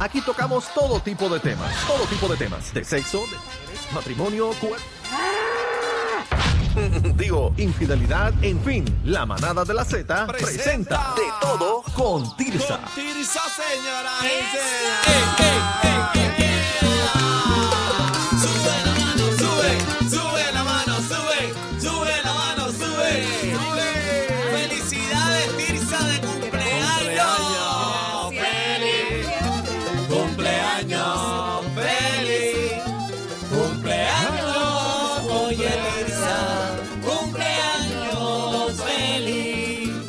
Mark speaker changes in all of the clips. Speaker 1: Aquí tocamos todo tipo de temas, todo tipo de temas, de sexo, de mujeres, matrimonio, cuerpo. Digo, infidelidad, en fin, la manada de la Z presenta,
Speaker 2: Presenta.
Speaker 1: de todo con Tirsa.
Speaker 2: Tirsa, señora. Sube, sube la mano, sube, sube la mano, sube, sube. Felicidades, Tirsa, de cumpleaños. Feliz. Cumpleaños, feliz. Cumpleaños, oye, Tirsa. Cumpleaños, feliz.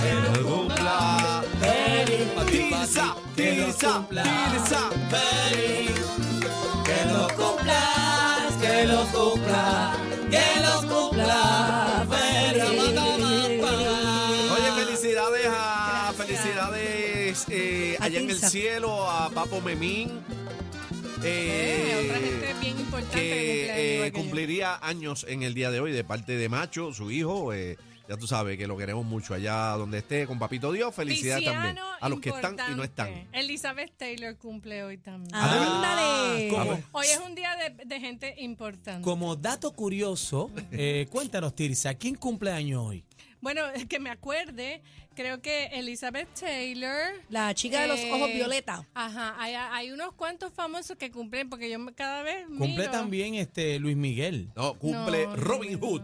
Speaker 2: Que lo cumpla, feliz. Tirsa, Tirsa, Tirsa, feliz. Que lo cumplas, que lo cumpla, que lo cumpla, feliz. Oye, felicidades a, felicidades eh,
Speaker 3: A
Speaker 2: allá en el
Speaker 3: Tirsa.
Speaker 2: cielo a Papo Memín.
Speaker 4: Eh, otra
Speaker 2: Eh,
Speaker 4: gente bien importante
Speaker 2: que eh,
Speaker 4: que, cumple
Speaker 2: cumpliría años en el día de hoy de parte de Macho, su hijo. eh, ya tú sabes que lo queremos mucho allá donde esté con Papito Dios. Felicidades también a los que están y no están.
Speaker 4: Elizabeth Taylor cumple hoy también.
Speaker 2: Ah,
Speaker 3: Ándale.
Speaker 5: Como,
Speaker 4: Hoy es un día de, de gente importante.
Speaker 5: como dato curioso, eh, cuéntanos, Tirsa, ¿quién cumple año hoy?
Speaker 4: Bueno, que me acuerde, creo que Elizabeth Taylor.
Speaker 3: La chica de los
Speaker 4: eh,
Speaker 3: ojos violeta.
Speaker 4: Ajá, hay, hay unos cuantos famosos que cumplen, porque yo me- cada vez.
Speaker 5: Cumple
Speaker 4: miro-
Speaker 5: también este Luis Miguel.
Speaker 2: No, cumple
Speaker 4: No,
Speaker 2: Robin
Speaker 4: no,
Speaker 2: Hood.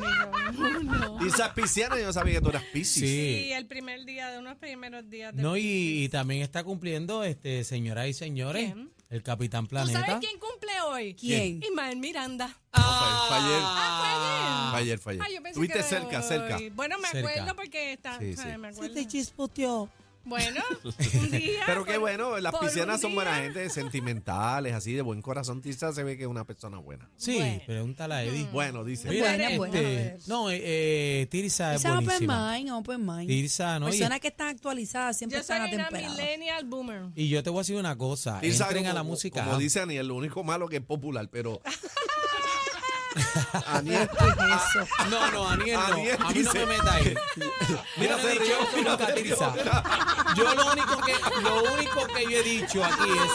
Speaker 4: miro, no.
Speaker 2: Y esas piscianas, yo no sabía que tú eras piscis.
Speaker 5: Sí.
Speaker 4: Sí, el primer día, de unos primeros días. de
Speaker 5: No, y, y
Speaker 4: Piscis.
Speaker 5: también está cumpliendo, este, señoras y señores,
Speaker 4: ¿Quién?
Speaker 5: el Capitán
Speaker 4: ¿Tú sabes
Speaker 5: Planeta.
Speaker 4: quién cumple hoy?
Speaker 3: ¿Quién?
Speaker 4: Ismael Miranda.
Speaker 2: Ah,
Speaker 4: Ah,
Speaker 2: fue ayer. Fue ayer, fue
Speaker 4: Ay,
Speaker 2: ayer.
Speaker 4: yo pensé
Speaker 2: Tuviste
Speaker 4: que era
Speaker 2: cerca,
Speaker 4: hoy.
Speaker 2: cerca.
Speaker 4: Bueno, me
Speaker 5: Cerca.
Speaker 4: acuerdo porque está.
Speaker 2: Sí,
Speaker 4: o sea,
Speaker 2: sí.
Speaker 4: me acuerdo.
Speaker 3: chispoteó.
Speaker 4: Bueno, un día.
Speaker 2: Pero qué
Speaker 4: por-
Speaker 2: bueno, las
Speaker 4: por un
Speaker 2: piscianas son buena
Speaker 4: día.
Speaker 2: gente, sentimentales, así de buen corazón. Tirsa se ve que es una persona buena.
Speaker 5: Sí,
Speaker 4: Bueno. Mm.
Speaker 5: pregúntale a Eddie.
Speaker 2: Bueno, dice.
Speaker 5: Mira,
Speaker 3: Buena, buena, a ver.
Speaker 5: no, eh, eh, Tirsa es
Speaker 3: Esa es open
Speaker 5: buenísima.
Speaker 3: mind, open mind.
Speaker 5: Tirsa, ¿no? Y,
Speaker 3: Personas que están actualizadas siempre
Speaker 4: Yo soy
Speaker 3: están
Speaker 4: una
Speaker 3: atemperadas.
Speaker 4: millennial boomer.
Speaker 5: y yo te voy a decir una cosa,
Speaker 2: Tirsa,
Speaker 5: entren a
Speaker 2: como-
Speaker 5: la música. ah.
Speaker 2: Como dice Aniel, lo único malo que es popular, pero.
Speaker 3: Pero,
Speaker 2: Aniel.
Speaker 3: ¿qué es eso?
Speaker 5: No, no, Aniel, no.
Speaker 2: Aniel
Speaker 5: a mí no
Speaker 2: dice-
Speaker 5: me meta ahí.
Speaker 2: Mira,
Speaker 5: Mira,
Speaker 2: se
Speaker 5: yo no he
Speaker 2: rió,
Speaker 5: dicho eso
Speaker 2: mira,
Speaker 5: nunca,
Speaker 2: se rió.
Speaker 5: Tirsa. Yo lo único, que, lo único que yo he dicho aquí es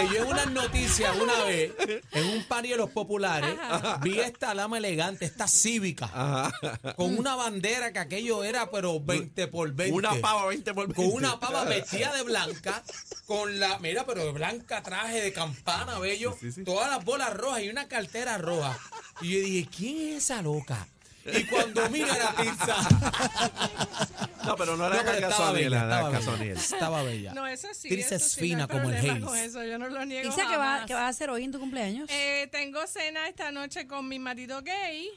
Speaker 5: que yo en unas noticias una vez, en un par de los populares, vi esta lama elegante, esta cívica, con una bandera que aquello era, pero 20 por 20.
Speaker 2: Una pava 20 por 20.
Speaker 5: Con una pava vestida de blanca, con la, mira, pero de blanca traje de campana, bello, todas las bolas rojas y una cartera roja. Y yo dije, ¿quién es esa loca? Y cuando mira la pizza,
Speaker 2: No, pero no le
Speaker 5: No, pero
Speaker 2: hagas caso a
Speaker 5: estaba
Speaker 2: Aniel,
Speaker 5: bella,
Speaker 2: no le hagas
Speaker 5: estaba
Speaker 2: caso a
Speaker 5: bella.
Speaker 2: Aniel.
Speaker 5: Estaba bella.
Speaker 4: No, eso sí.
Speaker 5: Tirsa
Speaker 4: eso
Speaker 5: es
Speaker 4: sí, no hay
Speaker 5: fina como el
Speaker 4: problema
Speaker 5: Hayes.
Speaker 4: con eso, Yo no lo niego.
Speaker 3: Tirsa, ¿qué, va,
Speaker 4: jamás.
Speaker 3: ¿qué vas a hacer hoy en tu cumpleaños?
Speaker 4: Eh, tengo cena esta noche con mi marido gay.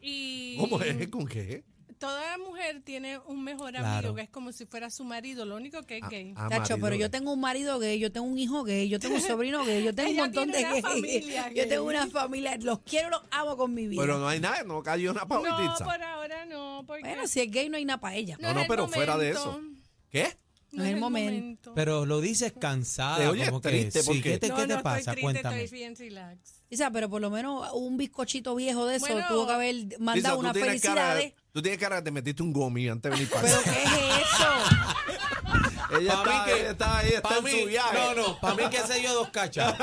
Speaker 4: Y
Speaker 2: ¿Cómo es? ¿Con qué?
Speaker 4: toda mujer tiene un mejor amigo
Speaker 5: Claro.
Speaker 4: que es como si fuera su marido, lo único que es gay.
Speaker 2: Ah,
Speaker 3: Tacho,
Speaker 2: marido
Speaker 3: pero
Speaker 2: gay.
Speaker 3: yo tengo un marido gay, yo tengo un hijo gay, yo tengo un sobrino gay, yo tengo un
Speaker 4: Ella
Speaker 3: montón de
Speaker 4: tiene una
Speaker 3: gays.
Speaker 4: familia
Speaker 3: Yo
Speaker 4: gay.
Speaker 3: tengo una familia, los quiero, los amo con mi vida.
Speaker 2: Pero no hay nada, no cayó una pava
Speaker 4: no,
Speaker 2: y Tirsa.
Speaker 4: por ahora no. Porque
Speaker 3: bueno, si es gay no hay nada para ella.
Speaker 2: No,
Speaker 4: es
Speaker 2: no,
Speaker 4: el
Speaker 2: pero fuera de
Speaker 4: momento.
Speaker 2: eso. ¿Qué?
Speaker 3: No es el momento.
Speaker 5: Pero lo dices
Speaker 2: Te
Speaker 5: cansada,
Speaker 2: oyes
Speaker 5: como que
Speaker 2: triste,
Speaker 5: sí,
Speaker 2: ¿por qué?
Speaker 5: ¿qué te,
Speaker 4: No,
Speaker 5: qué te
Speaker 4: no,
Speaker 5: pasa?
Speaker 4: Estoy triste,
Speaker 5: Cuéntame.
Speaker 4: Estoy bien relax.
Speaker 3: Tirsa, pero por lo menos un bizcochito viejo de eso
Speaker 4: Bueno,
Speaker 3: tuvo que haber
Speaker 2: Tirsa,
Speaker 3: mandado
Speaker 2: tú
Speaker 3: unas
Speaker 2: tienes cara-
Speaker 3: felicidades.
Speaker 2: tú tienes cara que te metiste un gomi antes de venir para
Speaker 3: ¿Pero
Speaker 2: acá.
Speaker 3: qué es eso?
Speaker 2: Ella
Speaker 5: Pa'
Speaker 2: está,
Speaker 5: mí que-
Speaker 2: ella está ahí, está
Speaker 5: pa'
Speaker 2: en
Speaker 5: mí-
Speaker 2: su viaje.
Speaker 5: No, no, para mí que se yo dos cachas.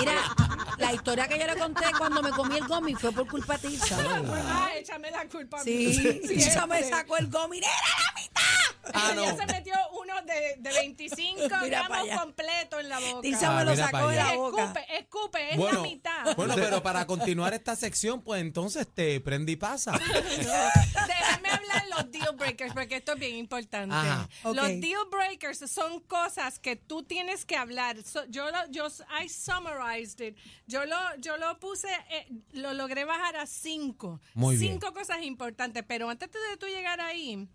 Speaker 3: Mira, la historia que yo le conté cuando me comí el gomi fue por culpa de Tirsa.
Speaker 4: Ah, échame la culpa. a mí.
Speaker 3: Sí, Tirsa me
Speaker 4: Siempre.
Speaker 3: sacó el gomi. ¡Nena, la mitad!
Speaker 5: Ah,
Speaker 4: Ella
Speaker 5: no.
Speaker 4: este se metió uno de, de 25
Speaker 3: Mira pa' allá.
Speaker 4: gramos completo en la boca.
Speaker 3: Tirsa
Speaker 5: Ah,
Speaker 3: me lo
Speaker 5: mira
Speaker 3: sacó
Speaker 5: pa'
Speaker 3: de la
Speaker 5: allá.
Speaker 3: boca.
Speaker 4: Escupe, escupe, es la mitad.
Speaker 5: bueno, pero para continuar esta sección, pues entonces te prende y pasa.
Speaker 4: Déjame hablar los deal breakers porque esto es bien importante.
Speaker 5: Ajá.
Speaker 3: Ok.
Speaker 4: Los deal breakers son cosas que tú tienes que hablar. So- yo lo, yo I summarized it. Yo lo yo lo puse eh, lo logré bajar a cinco.
Speaker 5: Muy bien.
Speaker 4: cinco cosas importantes, pero antes de tú llegar ahí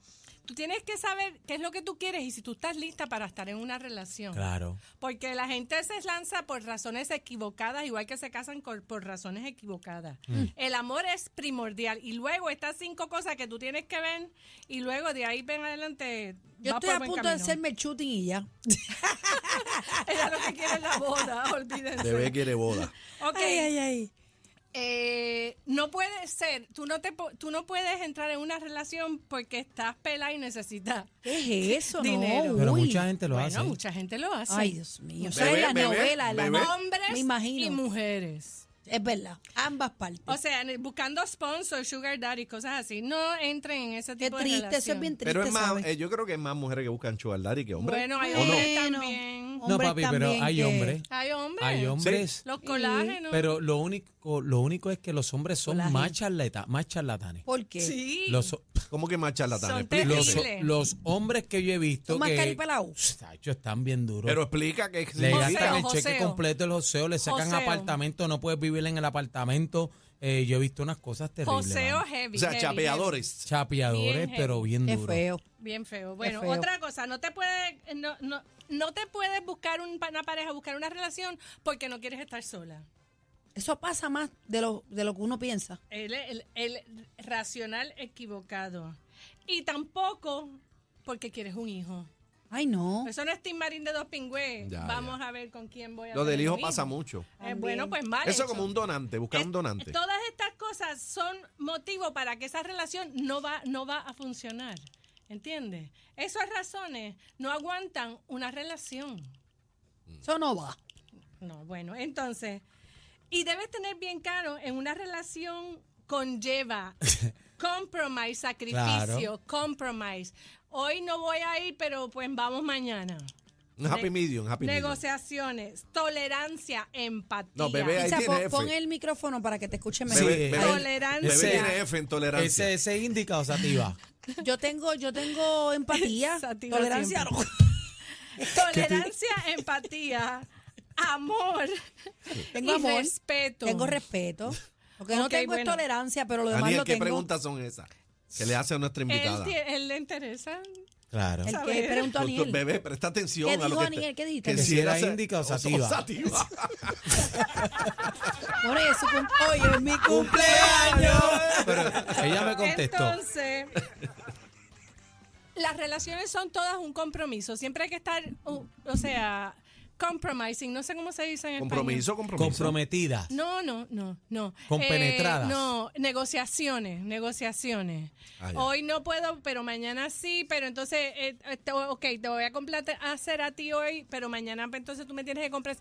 Speaker 4: tú tienes que saber qué es lo que tú quieres y si tú estás lista para estar en una relación.
Speaker 5: Claro.
Speaker 4: Porque la gente se lanza por razones equivocadas, igual que se casan cor- por razones equivocadas.
Speaker 2: Mm.
Speaker 4: Mm. El amor es primordial. Y luego estas cinco cosas que tú tienes que ver y luego de ahí ven adelante.
Speaker 3: Yo
Speaker 4: vas por
Speaker 3: estoy a
Speaker 4: buen
Speaker 3: punto de
Speaker 4: camino.
Speaker 3: hacerme el shooting y ya.
Speaker 4: Ella lo que quiere es la boda, olvídense.
Speaker 2: Bebé quiere boda.
Speaker 4: Ok,
Speaker 3: Ay, ay, ay.
Speaker 4: eh, no puede ser, tú no, te, po- tú no puedes entrar en una relación porque estás pelada y necesitas
Speaker 3: ¿Qué es eso?
Speaker 4: Dinero.
Speaker 3: No,
Speaker 5: Pero
Speaker 3: uy.
Speaker 5: mucha gente lo
Speaker 4: bueno,
Speaker 5: hace.
Speaker 4: mucha gente lo hace.
Speaker 3: Ay, Dios mío. Eso
Speaker 2: Bebé,
Speaker 3: es la
Speaker 2: bebé,
Speaker 3: novela. la-
Speaker 2: bebé.
Speaker 4: Hombres
Speaker 3: Me imagino.
Speaker 4: y mujeres.
Speaker 3: Es verdad. Ambas partes.
Speaker 4: O sea, en- buscando sponsors, sugar daddy, cosas así. No entren en ese
Speaker 3: Qué
Speaker 4: tipo de
Speaker 3: triste,
Speaker 4: relación.
Speaker 3: eso es bien triste.
Speaker 2: Pero es más,
Speaker 3: ¿sabes?
Speaker 2: eh, yo creo que es más mujeres que buscan chubaldari que hombres.
Speaker 4: Bueno, hay
Speaker 2: ¿O no?
Speaker 4: hombres
Speaker 3: Bueno.
Speaker 4: también.
Speaker 5: No,
Speaker 3: Hombres
Speaker 5: papi, pero
Speaker 3: también
Speaker 5: hay
Speaker 3: que-
Speaker 5: hombres.
Speaker 4: Hay hombres.
Speaker 5: Hay hombres.
Speaker 4: Los colágenos.
Speaker 5: Pero lo único, lo único es que los hombres son
Speaker 3: Colágeno.
Speaker 5: más, charleta- más charlatanes.
Speaker 3: ¿Por qué?
Speaker 4: Pues sí.
Speaker 5: Los, ho-
Speaker 2: ¿Cómo que más charlatanes?
Speaker 4: Son
Speaker 2: Explícate.
Speaker 5: los, ho-
Speaker 4: Terrible.
Speaker 5: los hombres que yo he visto.
Speaker 3: ¿Son más
Speaker 5: que-
Speaker 3: caripelados?
Speaker 5: Uf, tacho, están bien duros.
Speaker 2: Pero explica que
Speaker 5: le
Speaker 4: Joseo,
Speaker 5: gastan el cheque
Speaker 4: joseo.
Speaker 5: completo el joseo, le sacan
Speaker 4: Joseo.
Speaker 5: apartamento, no puedes vivir en el apartamento. Eh, yo he visto unas cosas terribles.
Speaker 4: Joseo
Speaker 5: mano.
Speaker 4: heavy.
Speaker 2: O sea,
Speaker 4: heavy,
Speaker 2: chapeadores.
Speaker 5: Chapeadores,
Speaker 4: Bien heavy.
Speaker 5: pero bien
Speaker 3: Qué
Speaker 5: duros.
Speaker 3: feo.
Speaker 4: heavy. Bien feo. Bueno,
Speaker 3: feo.
Speaker 4: otra cosa, no te puedes, no, no, no te puedes buscar un- una pareja, buscar una relación porque no quieres estar sola.
Speaker 3: Eso pasa más de lo, de lo que uno piensa.
Speaker 4: El, el- el racional equivocado. Y tampoco porque quieres un hijo.
Speaker 3: Ay, no.
Speaker 4: Eso no es Tim Marín de dos pingües.
Speaker 2: Ya,
Speaker 4: Vamos a ver con quién voy a
Speaker 2: Lo del
Speaker 4: tener
Speaker 2: hijo
Speaker 4: un
Speaker 2: pasa mucho.
Speaker 4: Eh, bueno, pues mal.
Speaker 2: Eso
Speaker 4: hecho.
Speaker 2: como un donante, buscar
Speaker 4: Es-
Speaker 2: un donante.
Speaker 4: Todas estas cosas son motivo para que esa relación no va, no va a funcionar. ¿Entiendes? Esas razones no aguantan una relación.
Speaker 3: Eso no va.
Speaker 4: No, bueno, entonces. Y debes tener bien claro en una relación conlleva compromise, sacrificio, compromise. Hoy no voy a ir, pero pues vamos mañana.
Speaker 2: Un happy medium, happy medium.
Speaker 4: Negociaciones, tolerancia, empatía.
Speaker 2: No, bebé, ahí
Speaker 3: Isa,
Speaker 2: tiene
Speaker 3: pon,
Speaker 2: F.
Speaker 3: pon el micrófono para que te escuchen mejor.
Speaker 2: Bebé, bebé-
Speaker 4: Tolerancia.
Speaker 2: bebé tiene F en tolerancia.
Speaker 5: Ese, ese indica o sativa.
Speaker 3: Yo tengo, yo tengo empatía,
Speaker 4: Sativa
Speaker 3: tolerancia.
Speaker 4: siempre. Tolerancia, empatía, amor.
Speaker 3: Tengo
Speaker 4: y
Speaker 3: amor,
Speaker 4: respeto.
Speaker 3: Tengo respeto. Lo que no
Speaker 4: Ok,
Speaker 3: tengo
Speaker 4: bueno.
Speaker 3: es tolerancia, pero lo demás
Speaker 2: Daniel,
Speaker 3: lo
Speaker 2: ¿qué
Speaker 3: tengo.
Speaker 2: preguntas son esas? Que le hace a nuestra
Speaker 4: él,
Speaker 2: invitada.
Speaker 4: tie- él le interesa.
Speaker 5: Claro.
Speaker 3: El
Speaker 4: sabe.
Speaker 3: que preguntó a
Speaker 2: Tú- tú-
Speaker 3: Daniel.
Speaker 2: Bebé, presta atención
Speaker 3: ¿Qué
Speaker 2: a lo
Speaker 3: dijo
Speaker 2: que
Speaker 3: Daniel? ¿Qué dijiste?
Speaker 5: Que si era
Speaker 2: sa-
Speaker 5: índica o
Speaker 2: o- o
Speaker 5: sativa.
Speaker 2: sativa.
Speaker 3: Bueno, y es su cum- Oye, es mi
Speaker 5: ¡Cumpleaños! Pero ella me contestó.
Speaker 4: Entonces, las relaciones son todas un compromiso. Siempre hay que estar, o- o sea, compromising. No sé cómo se dice en español.
Speaker 2: Compromiso, compromiso.
Speaker 5: comprometida.
Speaker 4: No, no, no, no. Eh,
Speaker 5: Compenetradas.
Speaker 4: no, negociaciones, negociaciones.
Speaker 2: Ah, ya.
Speaker 4: hoy no puedo, pero mañana sí, pero entonces, eh, eh, te voy- ok, te voy a comprar a hacer a ti hoy, pero mañana pues, entonces tú me tienes que comprar.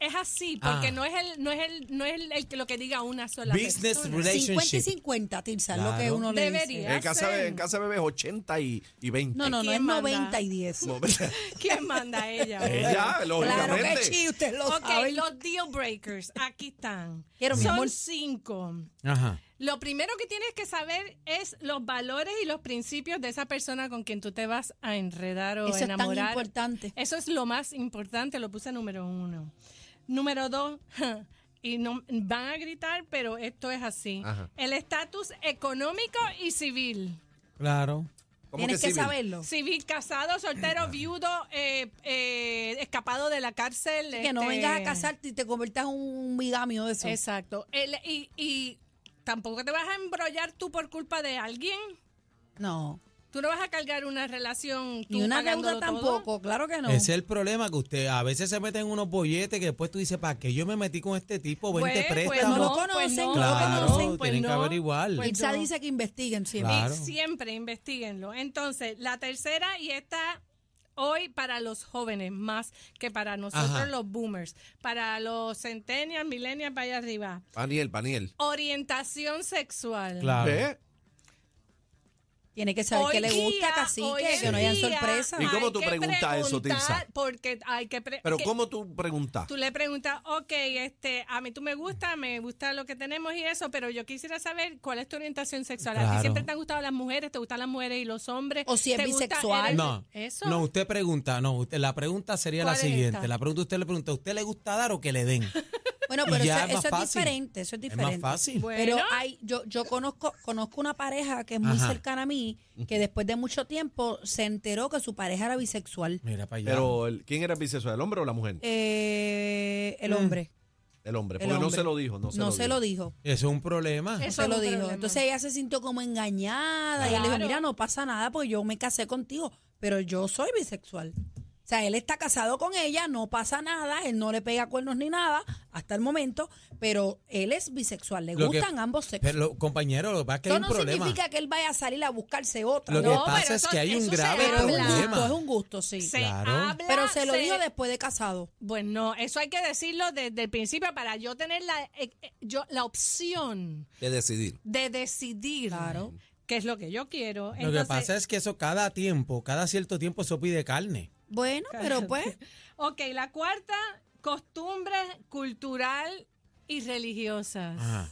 Speaker 4: Es así, porque
Speaker 5: Ah.
Speaker 4: no es el, no es el, no es el- el que- lo que diga una sola
Speaker 5: Business
Speaker 4: persona.
Speaker 3: 50 y
Speaker 5: relationship.
Speaker 3: 50, Tirsa, es lo
Speaker 5: Claro.
Speaker 3: que uno le dice.
Speaker 4: Debería.
Speaker 2: En casa,
Speaker 4: hacen?
Speaker 2: de- en casa bebé es 80 y, y 20.
Speaker 3: No, no, no, es
Speaker 4: ¿Quién manda?
Speaker 3: 90 y 10.
Speaker 2: No,
Speaker 4: ¿Quién manda a ella?
Speaker 2: Ella,
Speaker 3: Claro que
Speaker 2: lógicamente.
Speaker 3: sí, usted lo
Speaker 4: ok,
Speaker 3: sabe.
Speaker 4: los deal breakers, aquí están.
Speaker 3: Quiero, mi amor.
Speaker 4: Son cinco.
Speaker 5: Ajá.
Speaker 4: Lo primero que tienes que saber es los valores y los principios de esa persona con quien tú te vas a enredar o
Speaker 3: Eso es tan
Speaker 4: enamorar.
Speaker 3: importante.
Speaker 4: Eso es lo más importante, lo puse número uno. Número dos, y no, van a gritar, pero esto es así.
Speaker 2: Ajá.
Speaker 4: El estatus económico y civil.
Speaker 5: Claro.
Speaker 2: ¿Cómo
Speaker 3: Tienes que
Speaker 2: civil?
Speaker 3: saberlo.
Speaker 4: Civil, casado, soltero, viudo, eh, eh, escapado de la cárcel.
Speaker 3: Que no
Speaker 4: este,
Speaker 3: vengas a casarte y te conviertas en un bigamio de eso.
Speaker 4: Exacto. El- y, y tampoco te vas a embrollar tú por culpa de alguien.
Speaker 3: No.
Speaker 4: Tú no vas a cargar una relación. tú
Speaker 3: Ni una
Speaker 4: pagándolo
Speaker 3: deuda
Speaker 4: todo.
Speaker 3: tampoco, claro que no.
Speaker 5: Ese es el problema que usted a veces se mete en unos bolletes que después tú dices, ¿para qué yo me metí con este tipo?
Speaker 4: Pues,
Speaker 5: Vente
Speaker 4: pues
Speaker 5: préstamo.
Speaker 3: no lo conocen, no lo
Speaker 5: Claro,
Speaker 3: conocen,
Speaker 5: tienen que averiguar.
Speaker 4: pues
Speaker 3: Tirsa
Speaker 4: no.
Speaker 3: dice que investiguen siempre.
Speaker 5: Claro.
Speaker 4: Y siempre investiguenlo. Entonces, la tercera y esta hoy para los jóvenes más que para nosotros
Speaker 5: Ajá.
Speaker 4: los boomers, para los centennials, millennials, para allá arriba.
Speaker 2: Daniel, Daniel.
Speaker 4: Orientación sexual.
Speaker 5: Claro.
Speaker 2: ¿Ve?
Speaker 3: Tiene que saber qué
Speaker 4: Hoy
Speaker 3: le
Speaker 4: día,
Speaker 3: gusta,
Speaker 4: hoy
Speaker 3: cacique, que
Speaker 4: en
Speaker 3: no hayan
Speaker 4: día
Speaker 3: sorpresas.
Speaker 2: ¿Y cómo
Speaker 4: hay
Speaker 2: tú
Speaker 4: que
Speaker 2: preguntas eso,
Speaker 4: preguntar,
Speaker 2: Tirsa?
Speaker 4: Porque hay que... pre-
Speaker 2: Pero
Speaker 4: que-
Speaker 2: ¿cómo tú preguntas?
Speaker 4: Tú le preguntas, ok, este, a mí tú me gusta, me gusta lo que tenemos y eso, pero yo quisiera saber cuál es tu orientación sexual. ¿A ti
Speaker 5: Claro.
Speaker 4: siempre te han gustado las mujeres? ¿Te gustan las mujeres y los hombres?
Speaker 3: O si es
Speaker 4: ¿Te gusta-
Speaker 3: bisexual.
Speaker 4: eres-
Speaker 5: No,
Speaker 4: Eso.
Speaker 5: no, usted pregunta, no, usted- la pregunta sería la
Speaker 4: ¿Cuál es
Speaker 5: siguiente.
Speaker 4: esta?
Speaker 5: La pregunta usted le pregunta, ¿usted le gusta dar o que le den?
Speaker 3: Bueno, pero
Speaker 5: ya
Speaker 3: eso,
Speaker 5: es más
Speaker 3: eso es
Speaker 5: fácil.
Speaker 3: diferente, eso
Speaker 5: Es
Speaker 3: es diferente.
Speaker 5: más fácil.
Speaker 4: Bueno,
Speaker 3: Pero hay, yo, yo conozco, conozco una pareja que es muy
Speaker 5: Ajá.
Speaker 3: cercana a mí, que después de mucho tiempo se enteró que su pareja era bisexual.
Speaker 5: Mira para allá.
Speaker 2: Pero, el- ¿quién era bisexual, el hombre o la mujer?
Speaker 3: Eh, el hombre.
Speaker 2: El hombre,
Speaker 3: el
Speaker 2: porque Mm. no
Speaker 3: hombre.
Speaker 2: se lo dijo. No se, lo, dijo.
Speaker 3: dijo.
Speaker 5: Eso es un problema.
Speaker 4: Es- Eso
Speaker 3: No se
Speaker 4: es
Speaker 3: lo
Speaker 4: un
Speaker 3: dijo.
Speaker 4: problema.
Speaker 3: Entonces ella se sintió como engañada. Y él le dijo,
Speaker 4: Claro.
Speaker 3: mira, no pasa nada porque yo me casé contigo, pero yo soy bisexual. O sea, él está casado con ella, no pasa nada, él no le pega cuernos ni nada hasta el momento, pero él es bisexual, le
Speaker 5: Lo que-
Speaker 3: gustan ambos sexos.
Speaker 5: Pero, lo- compañero, lo que pasa es que hay
Speaker 3: Eso
Speaker 5: un
Speaker 3: no
Speaker 5: problema.
Speaker 3: significa que él vaya a salir a buscarse otra.
Speaker 5: Lo que
Speaker 4: No,
Speaker 5: pasa
Speaker 4: pero
Speaker 5: es
Speaker 4: eso-
Speaker 5: que hay un
Speaker 4: eso se habla.
Speaker 5: grave
Speaker 3: pero es un
Speaker 5: problema.
Speaker 3: gusto, es un gusto, sí.
Speaker 4: se
Speaker 5: claro.
Speaker 4: habla,
Speaker 3: Pero se lo dijo después de casado.
Speaker 4: Bueno, eso hay que decirlo desde el principio para yo tener la, eh, eh, yo, la opción
Speaker 2: De decidir.
Speaker 4: de decidir
Speaker 3: Claro.
Speaker 4: qué es lo que yo quiero.
Speaker 5: Lo que pasa es que eso cada tiempo, cada cierto tiempo, eso pide carne.
Speaker 3: Bueno, pero pues,
Speaker 4: Ok, la cuarta, costumbres cultural y religiosas.
Speaker 5: Ajá.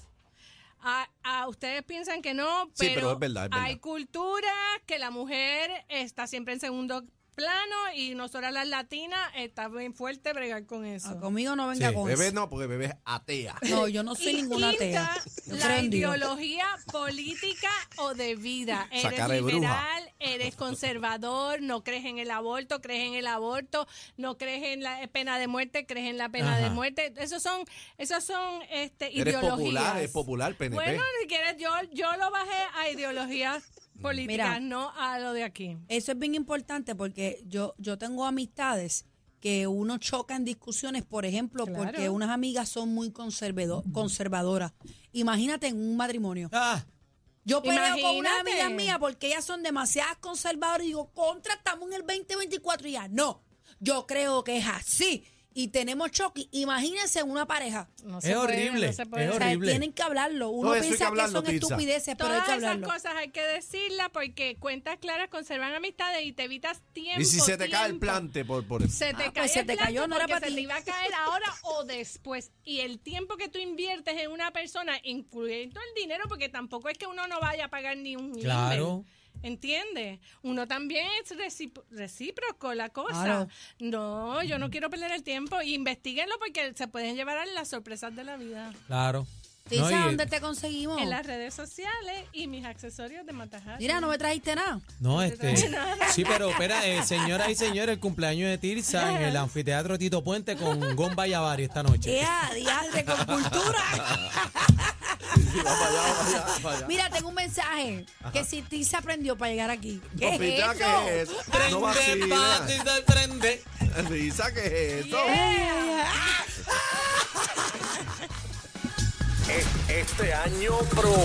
Speaker 4: A, a- ustedes piensan que no,
Speaker 2: Sí,
Speaker 4: pero,
Speaker 2: pero es verdad, es verdad.
Speaker 4: hay culturas que la mujer está siempre en segundo plano y nosotras las latinas está bien fuerte bregar con eso.
Speaker 3: ah, conmigo no venga
Speaker 5: Sí,
Speaker 3: con
Speaker 2: Bebé
Speaker 3: eso.
Speaker 2: no, porque bebé es atea.
Speaker 3: No, yo no soy
Speaker 4: Y
Speaker 3: ninguna atea.
Speaker 4: quinta,
Speaker 3: Yo
Speaker 4: la
Speaker 3: creo en Dios.
Speaker 4: ideología política o de vida. Eres
Speaker 2: Sacar de bruja.
Speaker 4: liberal, eres conservador, no crees en el aborto, crees en el aborto, no crees en la eh, pena de muerte, crees en la pena
Speaker 5: Ajá.
Speaker 4: de muerte. Esos son, esos son este,
Speaker 2: Eres
Speaker 4: ideologías.
Speaker 2: popular, es popular, PNP.
Speaker 4: Bueno, si quieres, yo, yo lo bajé a ideologías
Speaker 5: Mm.
Speaker 4: políticas,
Speaker 3: Mira.
Speaker 4: no a lo de aquí.
Speaker 3: Eso es bien importante porque yo, yo tengo amistades que uno choca en discusiones, por ejemplo,
Speaker 4: Claro.
Speaker 3: porque unas amigas son muy conservedo- conservadoras. Imagínate en un matrimonio.
Speaker 5: Ah,
Speaker 3: Yo peleo con unas
Speaker 4: Imagínate.
Speaker 3: amigas mías porque ellas son demasiadas conservadoras y digo, contra, estamos en el 2024 y ya. No, yo creo que es así. Y tenemos choque. Imagínense en una pareja.
Speaker 4: No
Speaker 5: Es
Speaker 4: se puede,
Speaker 5: horrible,
Speaker 4: no se puede.
Speaker 5: es
Speaker 3: O sea,
Speaker 5: horrible.
Speaker 3: tienen que hablarlo. Uno
Speaker 2: No, eso hay
Speaker 3: piensa
Speaker 2: que
Speaker 3: que,
Speaker 2: hablarlo,
Speaker 3: son
Speaker 2: Tirsa.
Speaker 3: estupideces, pero hay
Speaker 4: Todas
Speaker 3: que
Speaker 4: esas
Speaker 3: hablarlo.
Speaker 4: cosas hay que decirlas porque cuentas claras conservan amistades y te evitas tiempo.
Speaker 2: y si se te cae el
Speaker 4: tiempo.
Speaker 2: plante por, por
Speaker 4: Se te,
Speaker 3: Ah, pues
Speaker 4: cae
Speaker 3: se
Speaker 4: el
Speaker 3: te
Speaker 4: plato
Speaker 3: cayó, no era
Speaker 4: porque
Speaker 3: para
Speaker 4: se
Speaker 3: ti.
Speaker 4: te iba a caer ahora o después. Y el tiempo que tú inviertes en una persona, incluyendo el dinero, porque tampoco es que uno no vaya a pagar ni un
Speaker 5: Claro.
Speaker 4: email, ¿Entiendes? Uno también es recip- recíproco la cosa.
Speaker 3: Claro.
Speaker 4: No, yo no quiero perder el tiempo. Investíguenlo porque se pueden llevar a las sorpresas de la vida.
Speaker 5: claro. No,
Speaker 3: Tirsa,
Speaker 5: y-
Speaker 3: ¿dónde te conseguimos?
Speaker 4: En las redes sociales y mis accesorios de Matajar.
Speaker 3: Mira, no me trajiste nada.
Speaker 5: No, este. Sí, pero espera, eh, señoras y señores, el cumpleaños de Tirsa en el anfiteatro Tito Puente con Gomba Yavari esta noche.
Speaker 3: ¡Ea, diadre, con cultura! Mira, tengo un mensaje que si Tirsa aprendió para llegar aquí. ¿Qué es
Speaker 2: Pita,
Speaker 3: eso?
Speaker 2: ¿qué es? No
Speaker 5: Prende,
Speaker 2: vaciles.
Speaker 5: patis, del prende.
Speaker 2: Risa, ¿qué es eso?
Speaker 1: Este año pro.